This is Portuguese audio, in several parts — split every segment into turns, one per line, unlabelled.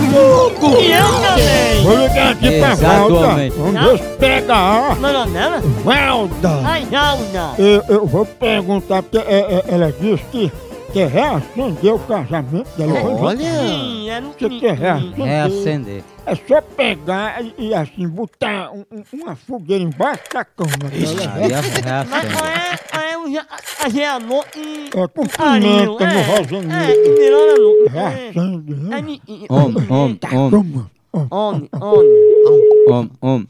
Mago!
E eu também.
um Vou ligar aqui pra Valda.
Exatamente.
Vamos ver se pega a
Meu nome dela?
Ah.
Valda.
A Jauna.
Eu, eu vou perguntar, porque é, é, ela disse que quer reacender o casamento dela. Eu vou ver
Olha!
Sim, era um
se quer
cri-cri.
reacender.
Reacender.
É só pegar e, e assim, botar um- um- uma fogueira embaixo da cama. tá
Aí
dela.
é
Mas qual
reacender.
é, qual é o ja- a geamor e...
É com
Carinho,
pimenta
é.
no
É,
rosanil.
Miranda louca. É,
Reacende.
é
né?
mi- i-
Homem, homem,
Tá,
homem,
toma.
Homem, homem.
homem, homem.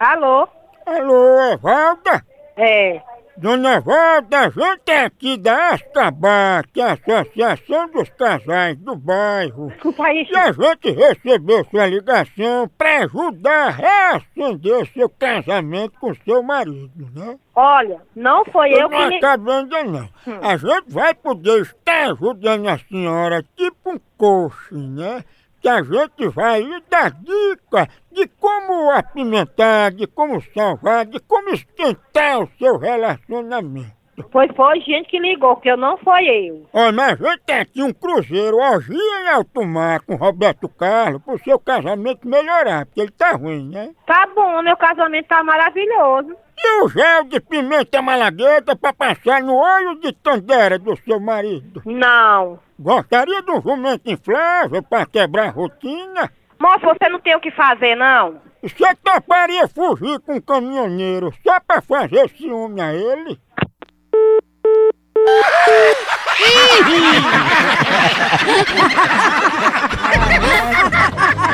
Alô?
Alô, é Valda?
É.
Dona Valda, a gente é aqui da Ascabá, que é a Associação dos Casais do Bairro.
Desculpa isso.
E a gente recebeu sua ligação para ajudar a reacender seu casamento com seu marido, né?
Olha, não foi eu que
não
me... Hum.
acabando não. A gente vai poder estar ajudando a senhora, tipo um coach, né? Que a gente vai lhe dar dica de como apimentar, de como salvar, de como esquentar o seu relacionamento.
Pois foi gente que ligou, que eu não foi eu.
Ó, mas a gente tem aqui um cruzeiro, orgia em alto mar com Roberto Carlos, pro seu casamento melhorar, porque ele tá ruim, né?
Tá bom, meu casamento tá maravilhoso.
E o gel de pimenta malagueta pra passar no olho de tandera do seu marido?
Não.
Gostaria de um jumento inflável para quebrar a rotina?
Moço, você não tem o que fazer, não?
Você toparia fugir com um caminhoneiro só para fazer ciúme a ele?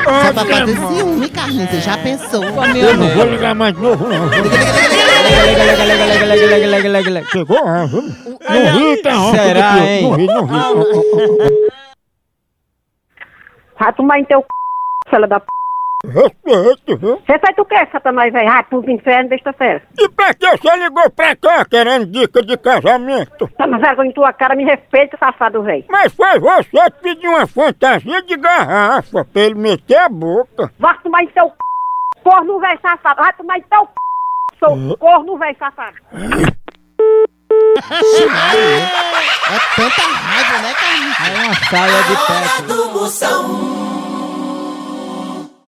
Só pra fazer ciúme, Carlinhos, você já pensou?
Eu não vou ligar mais de novo, não. Chegou a viu? Não ri, tá ronco
Será,
do que eu.
hein?
Não ri, não ri.
Vai tomar em teu c... fela da p...
Respeito, viu?
Você faz tu quer, satanás, velho? Ah, tu inferno, besta fera.
E pra que você ligou pra cá querendo dica de casamento?
Toma Tá vergonha em tua cara, me respeita, safado, velho.
Mas foi você que pediu uma fantasia de garrafa pra ele meter a boca.
Vai tomar em teu c... corno, velho, safado. Vai tomar em teu c... Sou corno, velho, safado.
É tanta raiva, né, Carlinhos?
É uma saia de pé.
do Moção.